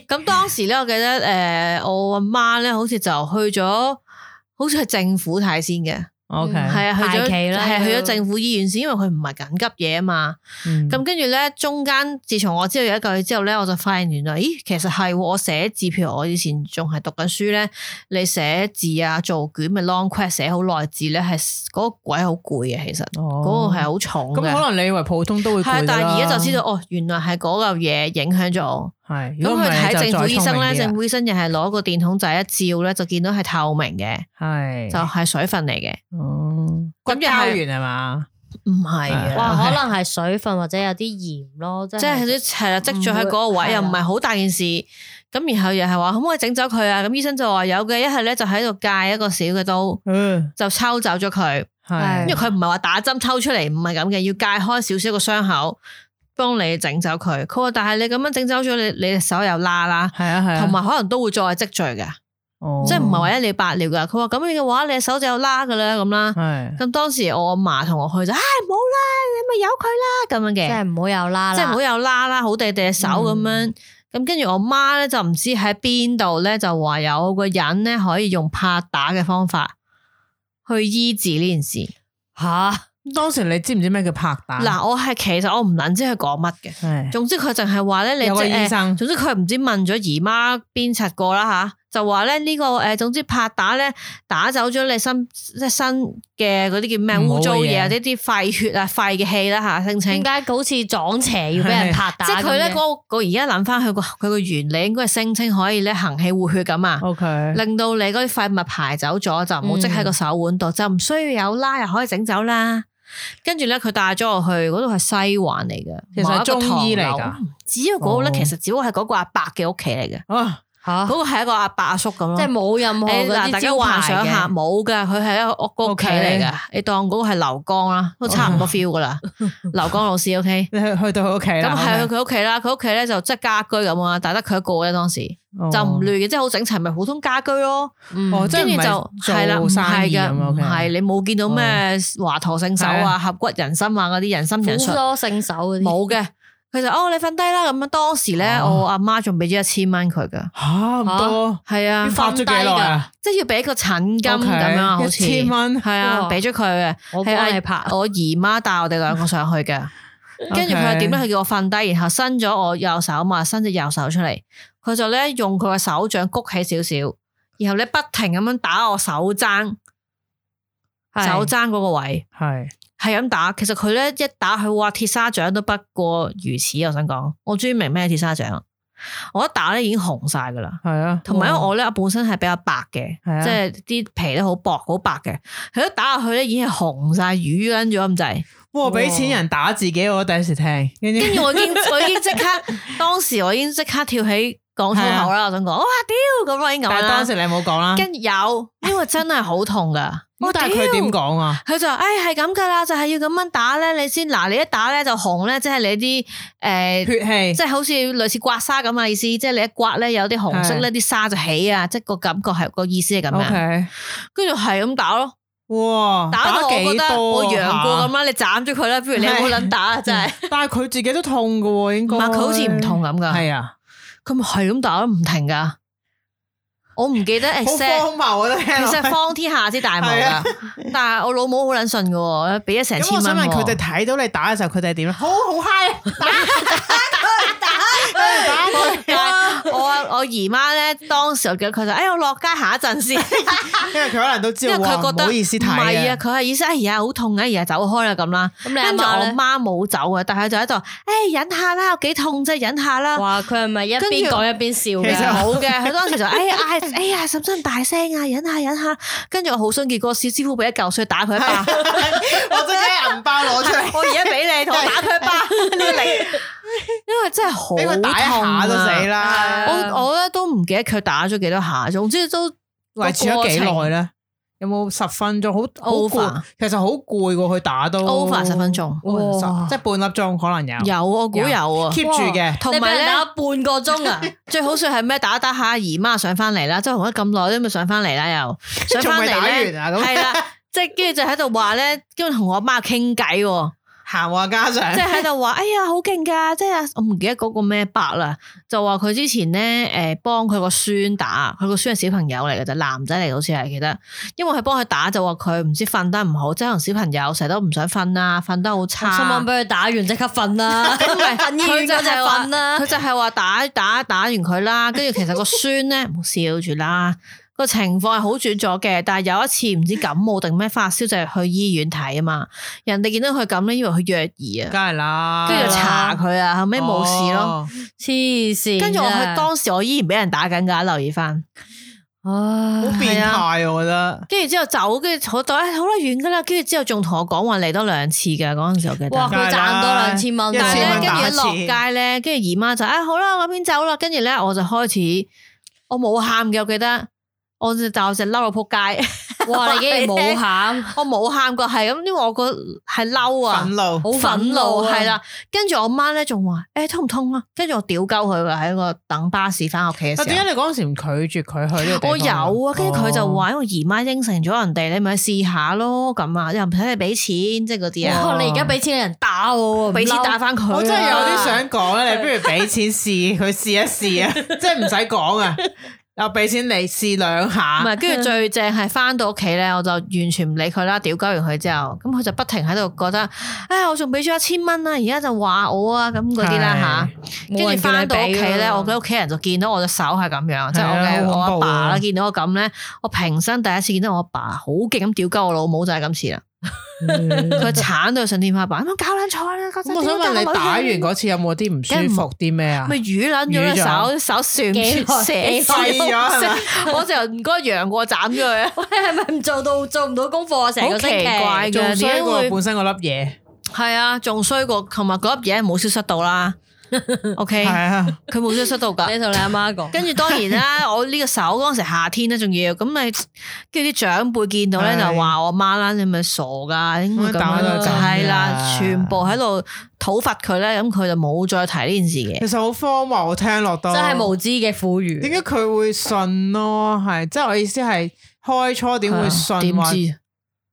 咁當時咧，我記得诶、呃我阿媽咧好似就去咗，好似係政府睇先嘅，
，O K，
嗯
係啊，去咗
排期啦
係啊去
要
咗政府醫院先，因為佢唔係緊急嘢啊嘛。咁跟住咧，中間自從我知道有一嚿嘢之後咧，我就發現原來，咦，其實係喎我寫字，譬如我以前仲係讀緊書咧，你寫字啊、做卷咪 long quest 寫好耐字咧，係嗰個鬼好攰啊嘅，其實嗰、
嗰
個係好重
哦咁
嘅。
可能你以為普通都會
係啊
攰，
但係而家就知道，哦，原來係嗰嚿嘢影響咗我。
係，
咁
如果唔
去
係
睇
就
政府
再
醫生
聰明
咧，
啲啊啦
政府醫生又係攞個電筒仔一照咧，就見到係透明嘅，
係
就係水分嚟嘅，
哦，
咁
咁
又係
完係嘛？
唔係啊嘅。
啊
哇，可能係水分或者有啲鹽咯，即
即係
係
啲係啦，積咗喺嗰個
唔會
位又唔
係啦
係好大件事，咁然後又係話可唔可以整走佢啊？咁醫生就話有嘅，一係咧就喺度戒一個小嘅刀，
嗯，
就抽走咗佢，因
係
為佢唔係話打針抽出嚟，唔係咁嘅，要戒開少少個傷口，幫你整走佢。佢話但係你咁樣整走咗，你你隻手又拉啦，
係啊係啊，
同埋可能都會再積聚嘅，即係唔係話一了百了噶。佢話咁樣嘅話，你隻手就有拉噶啦咁啦。
係
咁當時我阿嫲同我去就，唉冇啦，你咪由佢啦咁樣嘅
即。係唔好有啦
啊
啦，
即係唔好有啦啦，好地地嘅手咁樣。
嗯
咁跟住我媽咧就唔知喺邊度咧，就話有個人咧可以用拍打嘅方法去醫治呢件事。
吓，
當時你知唔知咩叫拍打？
嗱、我係其實我唔撚知佢講乜 嘅。
係，
總之佢淨係話咧，你
有個
即係
醫生
總之佢唔知問咗姨媽邊柒過啦吓，就話咧呢個诶，總之拍打咧打走咗你身即係身嘅嗰啲叫咩
唔好嘅
污糟嘢啊，
嘢
呢啲廢血啊、廢嘅氣啦吓，聲稱
點。解好似撞邪要俾人拍打
即
咁嘅？
係佢咧嗰個而家諗翻佢個佢個原理，應該係聲稱可以咧行氣活血咁啊，
，OK，嗯
令到你嗰啲廢物排走咗，就唔好積喺個手腕度，就唔需要有啦，又可以整走啦。跟住咧，佢帶咗我去嗰度係西環嚟嘅，
其實係中醫嚟
某一
㗎
個唐樓。只要嗰個咧，
哦
其實只不過係嗰個阿伯嘅屋企嚟嘅，
啊，
吓
嗰，個係一個阿伯阿叔咁咯。
即係冇任何
誒
嗰
嗱，大
啲
家
招
幻
牌
想下，
嘅，
冇噶，佢係一個屋屋企嚟嘅
OK，
你當嗰個係劉江啦，都差 唔多 feel 噶啦。劉江老師，OK。
你去去到佢屋企啦，
咁係去啊
OK，
佢屋企啦，佢屋企咧就即係家居咁啊，但係得佢一個嘅當時，
哦
就唔亂嘅，即係好整齊，咪普通家居咯。
嗯
哦即係
跟
唔
住
係
就
做
係啦，唔
生
係
意
嘅，
咁
唔
OK
係你冇見到咩華佗聖手
係啊
啊、合骨人心啊嗰啲人心人
苦
術
多聖手嗰啲，
冇嘅。佢就哦，你瞓低啦咁樣。當時咧，
哦
我阿媽仲俾咗一千蚊佢噶，
吓唔多，
係啊
要，發咗幾耐啊？
即係要俾個診金咁樣啊，好
OK，一
似
千蚊
係啊，
哇
俾咗佢嘅。
我
係
幫
啊
你拍，
我姨媽帶我哋兩個上去嘅。跟住佢又點咧？佢叫我瞓低，然後伸咗我右手嘛，伸隻右手出嚟，佢就咧用佢嘅手掌谷起少少，然後咧不停咁樣打我手踭，
係
手踭嗰個位
係
係咁打。其實佢咧一打佢話鐵砂掌都不過如此，我想講，我終於明咩係鐵砂掌啦。我一打咧已經紅晒噶啦。
係啊，
同埋因為我咧本身係比較白嘅
係啊，
即係啲皮都好薄好白嘅，佢一打落去咧已經係紅晒魚跟咗 咁滯。
哇，俾錢人打自己，我第一時聽，跟住
跟住我已經我已經即刻，當時我已經即刻跳起講粗 口啦，我想講，哇屌咁我已經
但
咁
係當
啦。
時你冇講啦，
跟住有，因為真係好痛噶。
咁但係佢點
屌？
講啊？
佢就話唉係咁噶啦，就係要咁樣打咧，你先嗱，你一打咧就紅咧，即係你啲誒，
血氣
即係好似類似刮痧咁嘅意思，即係你一刮咧有啲紅色
係
咧，啲沙就起啊，即係個感覺係個意思係咁
，O
樣。
K，
跟住係咁打咯，
哇，
打到我覺
哦幾
得
多
我
啊
楊過咁
嚇
啦，你斬咗佢啦，不如你冇撚打啊， 真係。
但係佢自己都痛噶喎，應該
唔係佢好似唔痛咁㗎
係啊，
佢咪係咁打都唔停噶。我唔記得 exact，
好荒謬啊！都聽
其
落去
實方天下之大
係
謀
啊
噶。但係我老母好撚信噶，俾咗成
咁
千
我想
蚊
問
喎。
佢哋睇到你打嘅時候，佢哋係點咧？啊好好 high，打佢打佢打
我我姨媽咧，當時我記得佢就，哎，我落街下一陣先，
佢，因為佢可能都知
因
道，
為
哇
佢覺
唔
得
好意思睇
唔係啊，，佢係意思，哎呀，好痛啊，而家走開啦咁啦。
咁你阿
跟住我
媽咧？
媽冇走啊，但係就喺度，哎，忍下啦，有幾痛啫，忍下啦。
哇！佢係咪一
跟住
邊講一邊笑
其
其實
實
嘅？
好嘅，佢當時就哎呀嗌，哎呀，使唔使咁大聲啊？忍下忍下，跟住我好想結果史師傅俾一嚿水打佢一巴，
我即刻銀包攞出 嚟，
我而家俾你同我打佢一巴，呢個力，因為真係好
俾佢打一下都死
痛啊！
啦。
係啊
我我咧都唔記得佢打咗幾多下，總之都
維持咗幾耐咧？有冇十分鐘？好好
Over
攰，其實好攰喎，佢打都
over 十分鐘
哇
哇
即係半粒鐘可能有
有我估有啊。
keep 住嘅。
同
你俾
埋
人
咧，
打半個 鐘啊！
最好笑係咩？打打下姨媽上翻嚟啦，即係同咗咁耐都咪上翻嚟啦，又上
仲
翻
未打
嚟
完
咧，
啊？
係
咁
啦，即係跟住就喺度話咧，跟住同我媽傾 偈喎。
閒話家
即
常，
係喺度話，哎呀，好勁噶！即係我唔記得嗰個咩伯啦，就話佢之前咧，诶、幫佢個孫打，佢個孫係小朋友嚟嘅啫，男仔嚟嘅好似係記得，因為佢幫佢打就話佢唔知瞓得唔好，即係可能小朋友成日都唔想瞓啦，瞓得好
我心
差
諗。俾佢打完即刻 瞓啦，
唔係
瞓醫院嗰隻
係話
瞓啦
佢。就係話打打打完佢 啦，跟住其實個孫咧唔好笑住啦，個情況係好轉咗嘅，但係有一次唔知感冒定咩發燒就係去醫院睇啊嘛，人哋見到佢咁咧，以為佢虐兒啊
梗。係啦。
跟住就
係
查
啦
佢啊，後尾冇事咯。
哦。
黐線啊！
跟住我去當時我依然俾人打緊㗎，留意翻。
唉，
好變
係啊
態，我覺得。
跟住之後走，跟住坐袋好啦遠㗎啦。跟住之後仲同我講話嚟多兩次㗎，嗰陣時我記
哇！
得。
佢賺多兩千蚊，
一
但係
千蚊
咧，
打
跟
一
住
次
落街咧，跟住姨媽就啊好啦，我邊走啦。跟住咧，我就開始我冇喊嘅，我記得。我就但我就嬲到撲街，
哇！你竟然冇喊，
我冇喊過，係咁，因為我個係嬲啊
憤。怒。
好
憤
憤
怒
怒啊
係啦，跟住我媽咧仲話：誒痛唔痛啊？跟住我屌鳩佢㗎喺個等巴士翻屋企嘅時
但
候。
啊點解你嗰陣時唔拒絕佢去呢個地方哦
我有啊，跟住佢就話，因為姨媽應承咗人哋，你咪試下咯，咁啊，又唔使你俾錢，即係嗰啲啊，
哇！你而家俾錢人打我喎，唔
俾錢
嬲
打翻佢啊。
我真係有啲想講啊咧，你不如俾錢試，佢試一 試啊，即係唔使講啊，我俾錢你試兩
唔
下，
係，跟住最正係翻到屋企咧，我就完全唔理佢啦，屌鳩完佢之後，咁佢就不停喺度覺得，唉，我仲俾咗一千蚊啦，啊而家就話我啊，咁嗰啲啦吓。跟
冇
住
人叫
翻
你
到屋
俾
企
㗎
咧，
啦
我嘅屋企人就見到我隻手係咁樣，即係我
係啊
嘅我
好
阿
恐怖啊
爸啦，見到我咁咧，我平生第一次見到我阿爸好勁咁屌鳩我老母就係今次啦，佢鏟到上天花板，咁搞撚錯啦，家陣
嗯咁我想問你
屌鳩我
打完
女
嗰次有冇啲唔舒服啲咩啊
咪？魚撚咗隻手，手旋
幾
血
耐
射
幾耐
線
廢咗係啊咪
我就唔該楊過斬咗佢， 啊
喂，係咪唔做到做唔到功課啊？成個星期
好奇怪
仲衰過
點解會
本身嗰粒嘢，
係啊，仲衰過琴日嗰粒嘢冇消失到啦。OK，
係啊，
佢冇消失到㗎。
你同你阿媽講，
跟住當然 啦，我呢個手嗰陣時夏天啊咧，仲要咁咪，跟住啲長輩見到咧
係
就話我媽啦，你咪傻噶，應該咁
打到
樣
佢震
係啦，
㗎
全部喺度討伐佢咧，咁佢就冇再提呢件事嘅
其。實好荒謬，我聽落都
真係無知嘅婦孺。
點解佢會信咯？係即係我意思係開初點會信
係啊點
話，
知？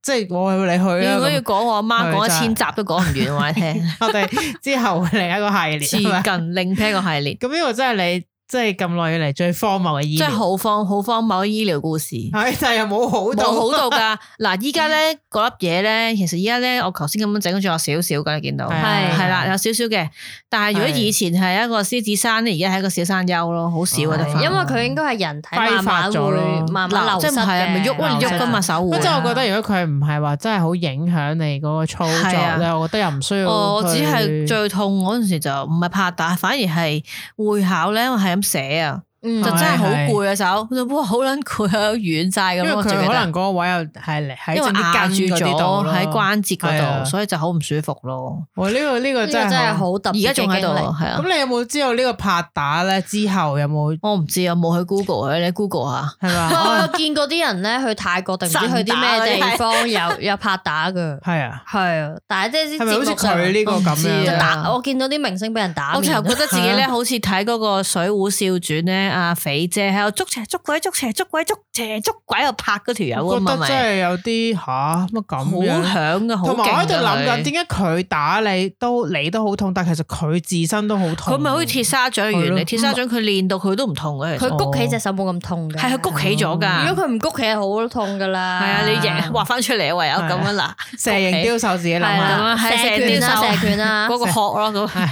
即係我去你去啦
如果要
啊咁。
講我阿媽
係
講一
真係
千集都講唔完，話你聽。
我哋之後會另一個系列係咪啊
接近另一個系列，
咁呢個真係你即係咁耐以嚟最荒謬嘅醫
即
療
係好荒好荒謬嘅醫療故事，
係，但係又冇好
冇
到，
好到啊㗎。嗱，依家咧嗰粒嘢咧，其實依家咧我頭先咁樣整咗有少少㗎，你見到
係
係
係啦，有少少嘅。但係如果
係
以前係一個獅子山咧，而家係一個小山丘咯，好少啊嘅得
係
翻。
因為佢應該係人體慢
揮發
慢
咗
會
咯
慢慢流
即係
失
唔係啊？
嘅，
咪喐
流失
喐㗎嘛，手
咁
會
即。係我覺得，如果佢唔係話真係好影響你嗰個操作
係啊
咧，我覺得又唔需要。
哦我只係最痛嗰陣時就唔係拍打，反而係會考咧，我係咁寫啊，
嗯
就真係好
係係
攰啊手，我就哇好撚攰啊，軟晒
因為
咁。我
佢
最記
可
得
能嗰個位又係嚟喺
因為
正啲筋
壓
嗰
住
啲度
咗
咯
喺關
係
節嗰
啊
度，所以就好唔舒服咯。
我呢個呢個
呢個真
真係
係
好。
好特別
而
嘅
家仲喺度
經歷，
係啊，
咁你有冇知道呢個拍打咧之後有冇
我唔知啊，冇去 Google 啊，你 Google 下。
係嘛？
我
可
有見過啲人咧去泰國定唔知去
神打
啲咩
嗰啲
地方有 有拍打㗎，
能係啊，
係啊，但係即係
係咪好似
啲節目上
佢呢個
我唔
咁
知啊
樣？
就打，我見到啲明星俾人打
我
面，啊
其實覺得自己咧，好似睇嗰個《水滸笑傳》咧，阿肥姐喺度捉邪捉鬼捉邪捉鬼捉邪捉鬼，喺度拍嗰條友
我
啊
覺
嘛，
得真
咪
係有啲吓乜
好
咁樣。
響啊嘅，好
同埋我喺度諗緊，
諗
點解佢打你都你都好痛，但其實佢自身都好痛。
佢咪好似鐵砂掌原
係
嚟，
咯
鐵砂掌佢練到佢都唔痛嘅，其實
佢谷起隻手冇咁痛嘅，
係佢谷起咗㗎。
啊如
係
果佢唔谷起，好痛㗎啦。
啊，你
贏
贏畫翻出嚟啊，唯有咁樣嗱，
蛇形刁手自己諗
係
下。
咁啊
啦，
係
射拳
射
啦，
雕手
射拳啊啦
嗰，個殼咯咁。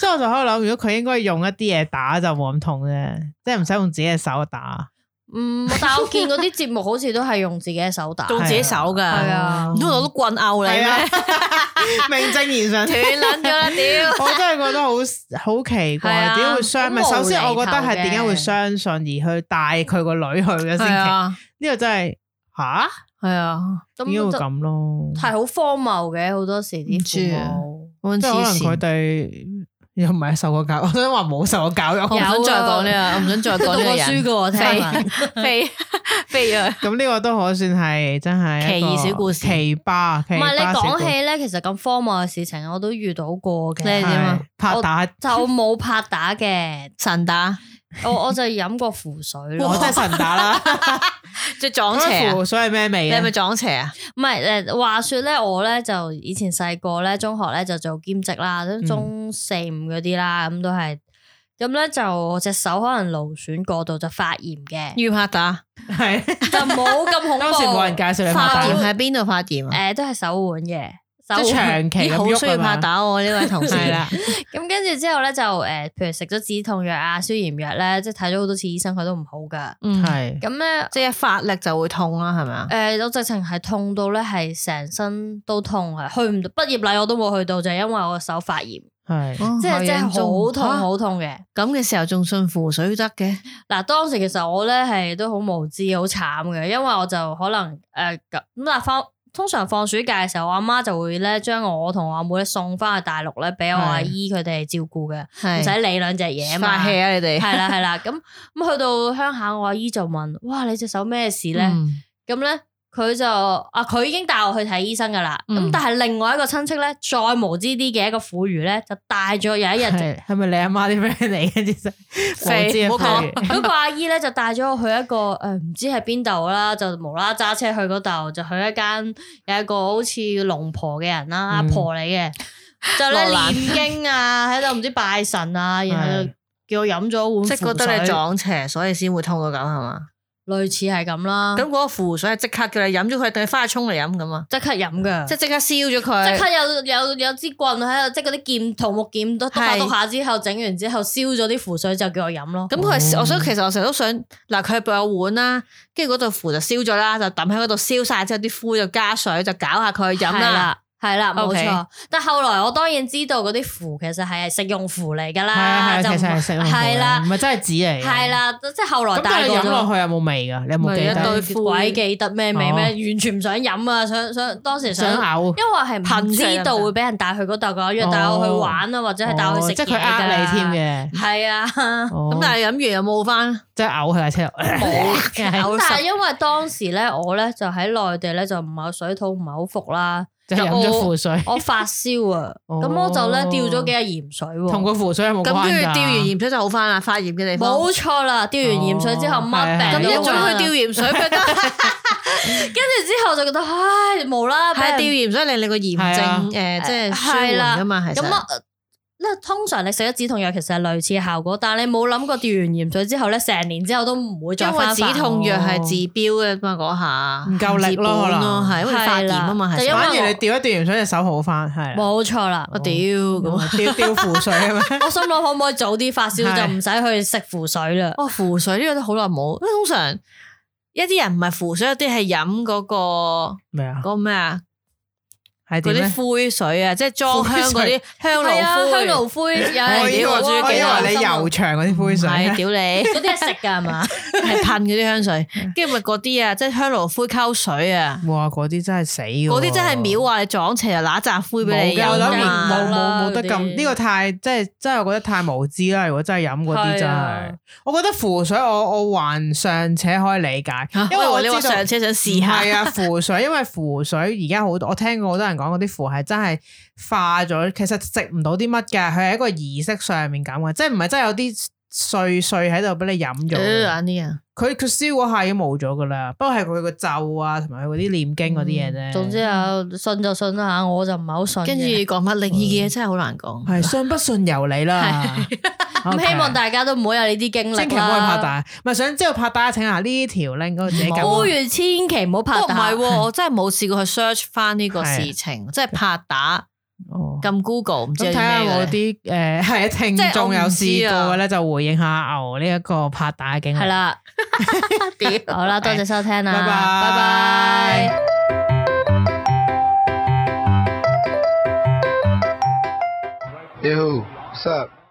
即系我就喺度諗，如果佢應該用一啲嘢打就冇咁痛啫，即係唔使用自己嘅手啊打。
嗯，但係我見嗰啲節目好似都係用自己嘅手打，
用自己手㗎
係啊
唔，通攞碌棍拗你
係啊
咩？，
哦 名正言順。
斷撚咗啦，屌！
我真係覺得好好奇
係
怪，
啊
點解會相？咪
好無
首先，我覺得係
厘頭嘅
點解會相信而去帶佢個女去嘅先
係
奇？
啊，
呢個真係吓，
係啊，
點解會
咁就
咁咯？
係好荒謬嘅，好多時
唔知
啲
啊
父母。
我
即係可能佢哋又唔係受過教育，我想話冇受過教育。
我唔想
有
再
啊
講呢個，我唔想再講呢個人。
我聽
飛
聞
飛飛 啊！
咁呢個都可算係真係一個
奇異小故事
奇葩，奇葩
唔係你
小故
講
事
起咧，其實咁荒謬嘅事情我都遇到過嘅，
你係點 啊
係拍打，
就冇拍打嘅，
神打
我我就飲過符水咯
我。真係神打啦！
即係撞邪
咁
啊
符！水係咩味
你係
啊
咪？撞邪啊？
唔係誒，話說咧，我咧就以前細個咧，中學咧就做兼職啦，
嗯
咁中四五嗰啲啦，咁都係。咁咧就隻手可能勞損過度就發炎 嘅，
遇拍打
係
就冇咁恐怖。
當時冇人介紹你拍
發
打
炎，喺邊度發炎啊？
誒都係手腕嘅，手
即係
腕。
長期
咦，
咁
好需
喐
要
啊嘛
拍打喎呢位同事。
係啦，
咁跟住之後咧就誒，譬如食咗止痛藥啊、消炎藥咧，即係睇咗好多次醫生，佢都唔好噶。
嗯，
係
咁咧
即係發力就會痛啦，係咪啊？
誒，我直情係痛到咧係成身都痛啊，去唔到畢業禮我都冇去到，就係因為我手發炎，
哦
係
即係即係好痛
啊嚇
好痛嘅。
咁嘅時候仲信符水得嘅，
嗱，當時其實我咧係都好無知、好慘嘅，因為我就可能誒咁咁嗱放。通常放暑假嘅時候，我阿媽就會咧將我同我阿妹咧送翻去大陸咧，俾我阿
係
姨佢哋照顧嘅，
係
唔使理兩隻嘢啊嘛。
發氣啊！你哋
係啦係啦，咁咁去到鄉下，我阿姨就問：，哇，你隻手咩事咧？
嗯
咁咧佢就啊，佢已經帶我去睇醫生噶啦。咁、
嗯
但係另外一個親戚咧，再無知啲嘅一個婦孺咧，就帶咗有一 日就，
係係咪你阿媽啲 friend 嚟嘅？其實
肥
我知啊
唔好講
肥
嗰個阿姨咧就帶咗我去一個誒唔知係邊度啦，就無啦啦揸車去嗰度，就去一間有一個好似龍婆嘅人啦，阿
嗯
婆嚟嘅，就咧
羅蘭
念經啊，喺度唔知拜神啊，然後就
係
叫我飲咗碗
即係覺得你
符水
撞邪，所以先會痛到咁係嘛？
類似係咁啦
咁，嗰個符水係即刻叫你飲咗佢，定係翻去沖嚟飲咁啊？
即刻飲噶，
即係即刻燒咗
呃
即刻
佢，
有有有支棍喺度，即係嗰啲劍桃木劍都篤下
係
篤下之後，整完之後燒咗啲符水就叫我飲咯。
咁佢係
哦
我想其實我成日都想嗱，佢係有碗啦，跟住嗰度符就燒咗啦，就抌喺嗰度燒晒之後，啲灰就加水就搞下佢飲
係
啦。
啊
啦，係啦，冇
OK
錯。但後來我當然知道嗰啲符其實係食用符嚟
係
㗎
啊係
啦，就
啊，
唔
其實係食用啦，
係啦
唔，係嗯真係紙嚟嘅。
係啦，即係後來
咁但
大
係
個
你飲落
咗。
去有冇味㗎？你有冇
咪
記
一
得
堆？
鬼記得咩味咩？
哦
完全唔想飲啊！想想當時想
想，嘔
因為我係唔
啊
噴射
知道會俾人帶去嗰度㗎，約帶我去玩啊，或者係帶我
哦
去食
即係佢
嘢㗎
呃你添嘅。
係啊。
咁
咁
但係飲完又冇翻，
即係嘔佢架車度，
咁
嘔
但係
實
因為當時咧，我咧就喺內地咧就唔係有水土唔係好服啦，
就係飲咗符水，
我發燒啊，
哦
咁我就咧吊咗幾日鹽水
同
喎，
個符水有冇關
咁
㗎？
跟住吊完鹽水就好翻啦，發炎嘅地方。
冇錯啦，吊完鹽水之後
哦
乜
係
病
咁
都
一
係
早
冇啦
去吊鹽水，佢都
跟住之後就覺得唉無啦啦
係
俾
啊吊
人
鹽水令你個炎
係啊
症誒，即係舒
係啦
緩噶嘛，其
咁
實
啊。咧通常你食咗止痛藥其實係類似嘅效果，但係你冇諗過吊完鹽水之後咧，成年之後都唔會再
因為
翻發
止痛藥係治標嘅嘛，嗰下
唔夠力咯可能
係因為發炎啊嘛，
係啦
係
就因為
反
我
而你吊一吊完水隻手好翻，係啦
冇錯啦。
我屌咁啊！
吊吊符水啊嘛，
我心諗可唔可以早啲發燒
係
就唔使去食符水啦。
哦，符水呢個都好耐冇，因為通常一啲人唔係符水，有啲係飲嗰個
咩啊
嗰？個咩啊，
係
嗰
點咧？
啲灰水啊，即係裝香嗰
灰
啲香
係啊，香
爐
爐哎
灰。哎
灰有人
我以為
我
屌
我以為你
幾開心啊
油牆嗰啲灰水，
係屌你！
嗰啲係食㗎係嘛？
係噴嗰啲香水，跟住咪嗰啲啊，即係香爐灰溝水啊，
哇！嗰啲真係死㗎喎，
嗰啲真係秒話你撞邪就揦扎灰俾
冇
你
㗎，我
飲
諗
飲
啊
冇
冇啦
冇冇得
嗰
咁
啲
呢個太即係真係我覺得太無知啦！如果真係飲嗰啲真
係
係
啊，
我覺得符水我我還尚且可以理解
嚇，
因為
我以
我
為你話
知道
上車想試下，
係啊， 符水，因為符水而家好多，我聽過好多人講嗰啲符係真係化咗，其實食唔到啲乜㗎，佢係一個儀式上面咁嘅，即係唔係真係有啲碎碎喺度俾你飲咗
呃
啊
嘅。
眼啲 人。
佢佢燒嗰下已經冇咗㗎啦，不過係佢個咒啊，同埋佢嗰啲念經嗰啲嘢啫。
總之啊，信就信啦吓，我就唔係好信嘅。
跟住講乜靈異嘅嘢真嗯係好難講。
係信不信由你啦。
咁，希望大家都啊唔好有呢啲經歷
啊
啦。
千祈唔好去拍打，唔係想知道拍打請下呢條 link 嗰個自己撳。啊
呼籲千祈唔好拍
不過唔
打。
係 喎，我真係冇試過去 search 翻呢個事情，即係拍打
哦
撳 Google 唔知
咁睇
有啲
下
咩
我
嘅。
啲誒係聽眾
啊
有試過嘅咧，就回應下牛呢一個拍打嘅經歷。
係，啦，好啦，多謝收聽啦，
拜拜
拜拜。
Hey, who? What's up?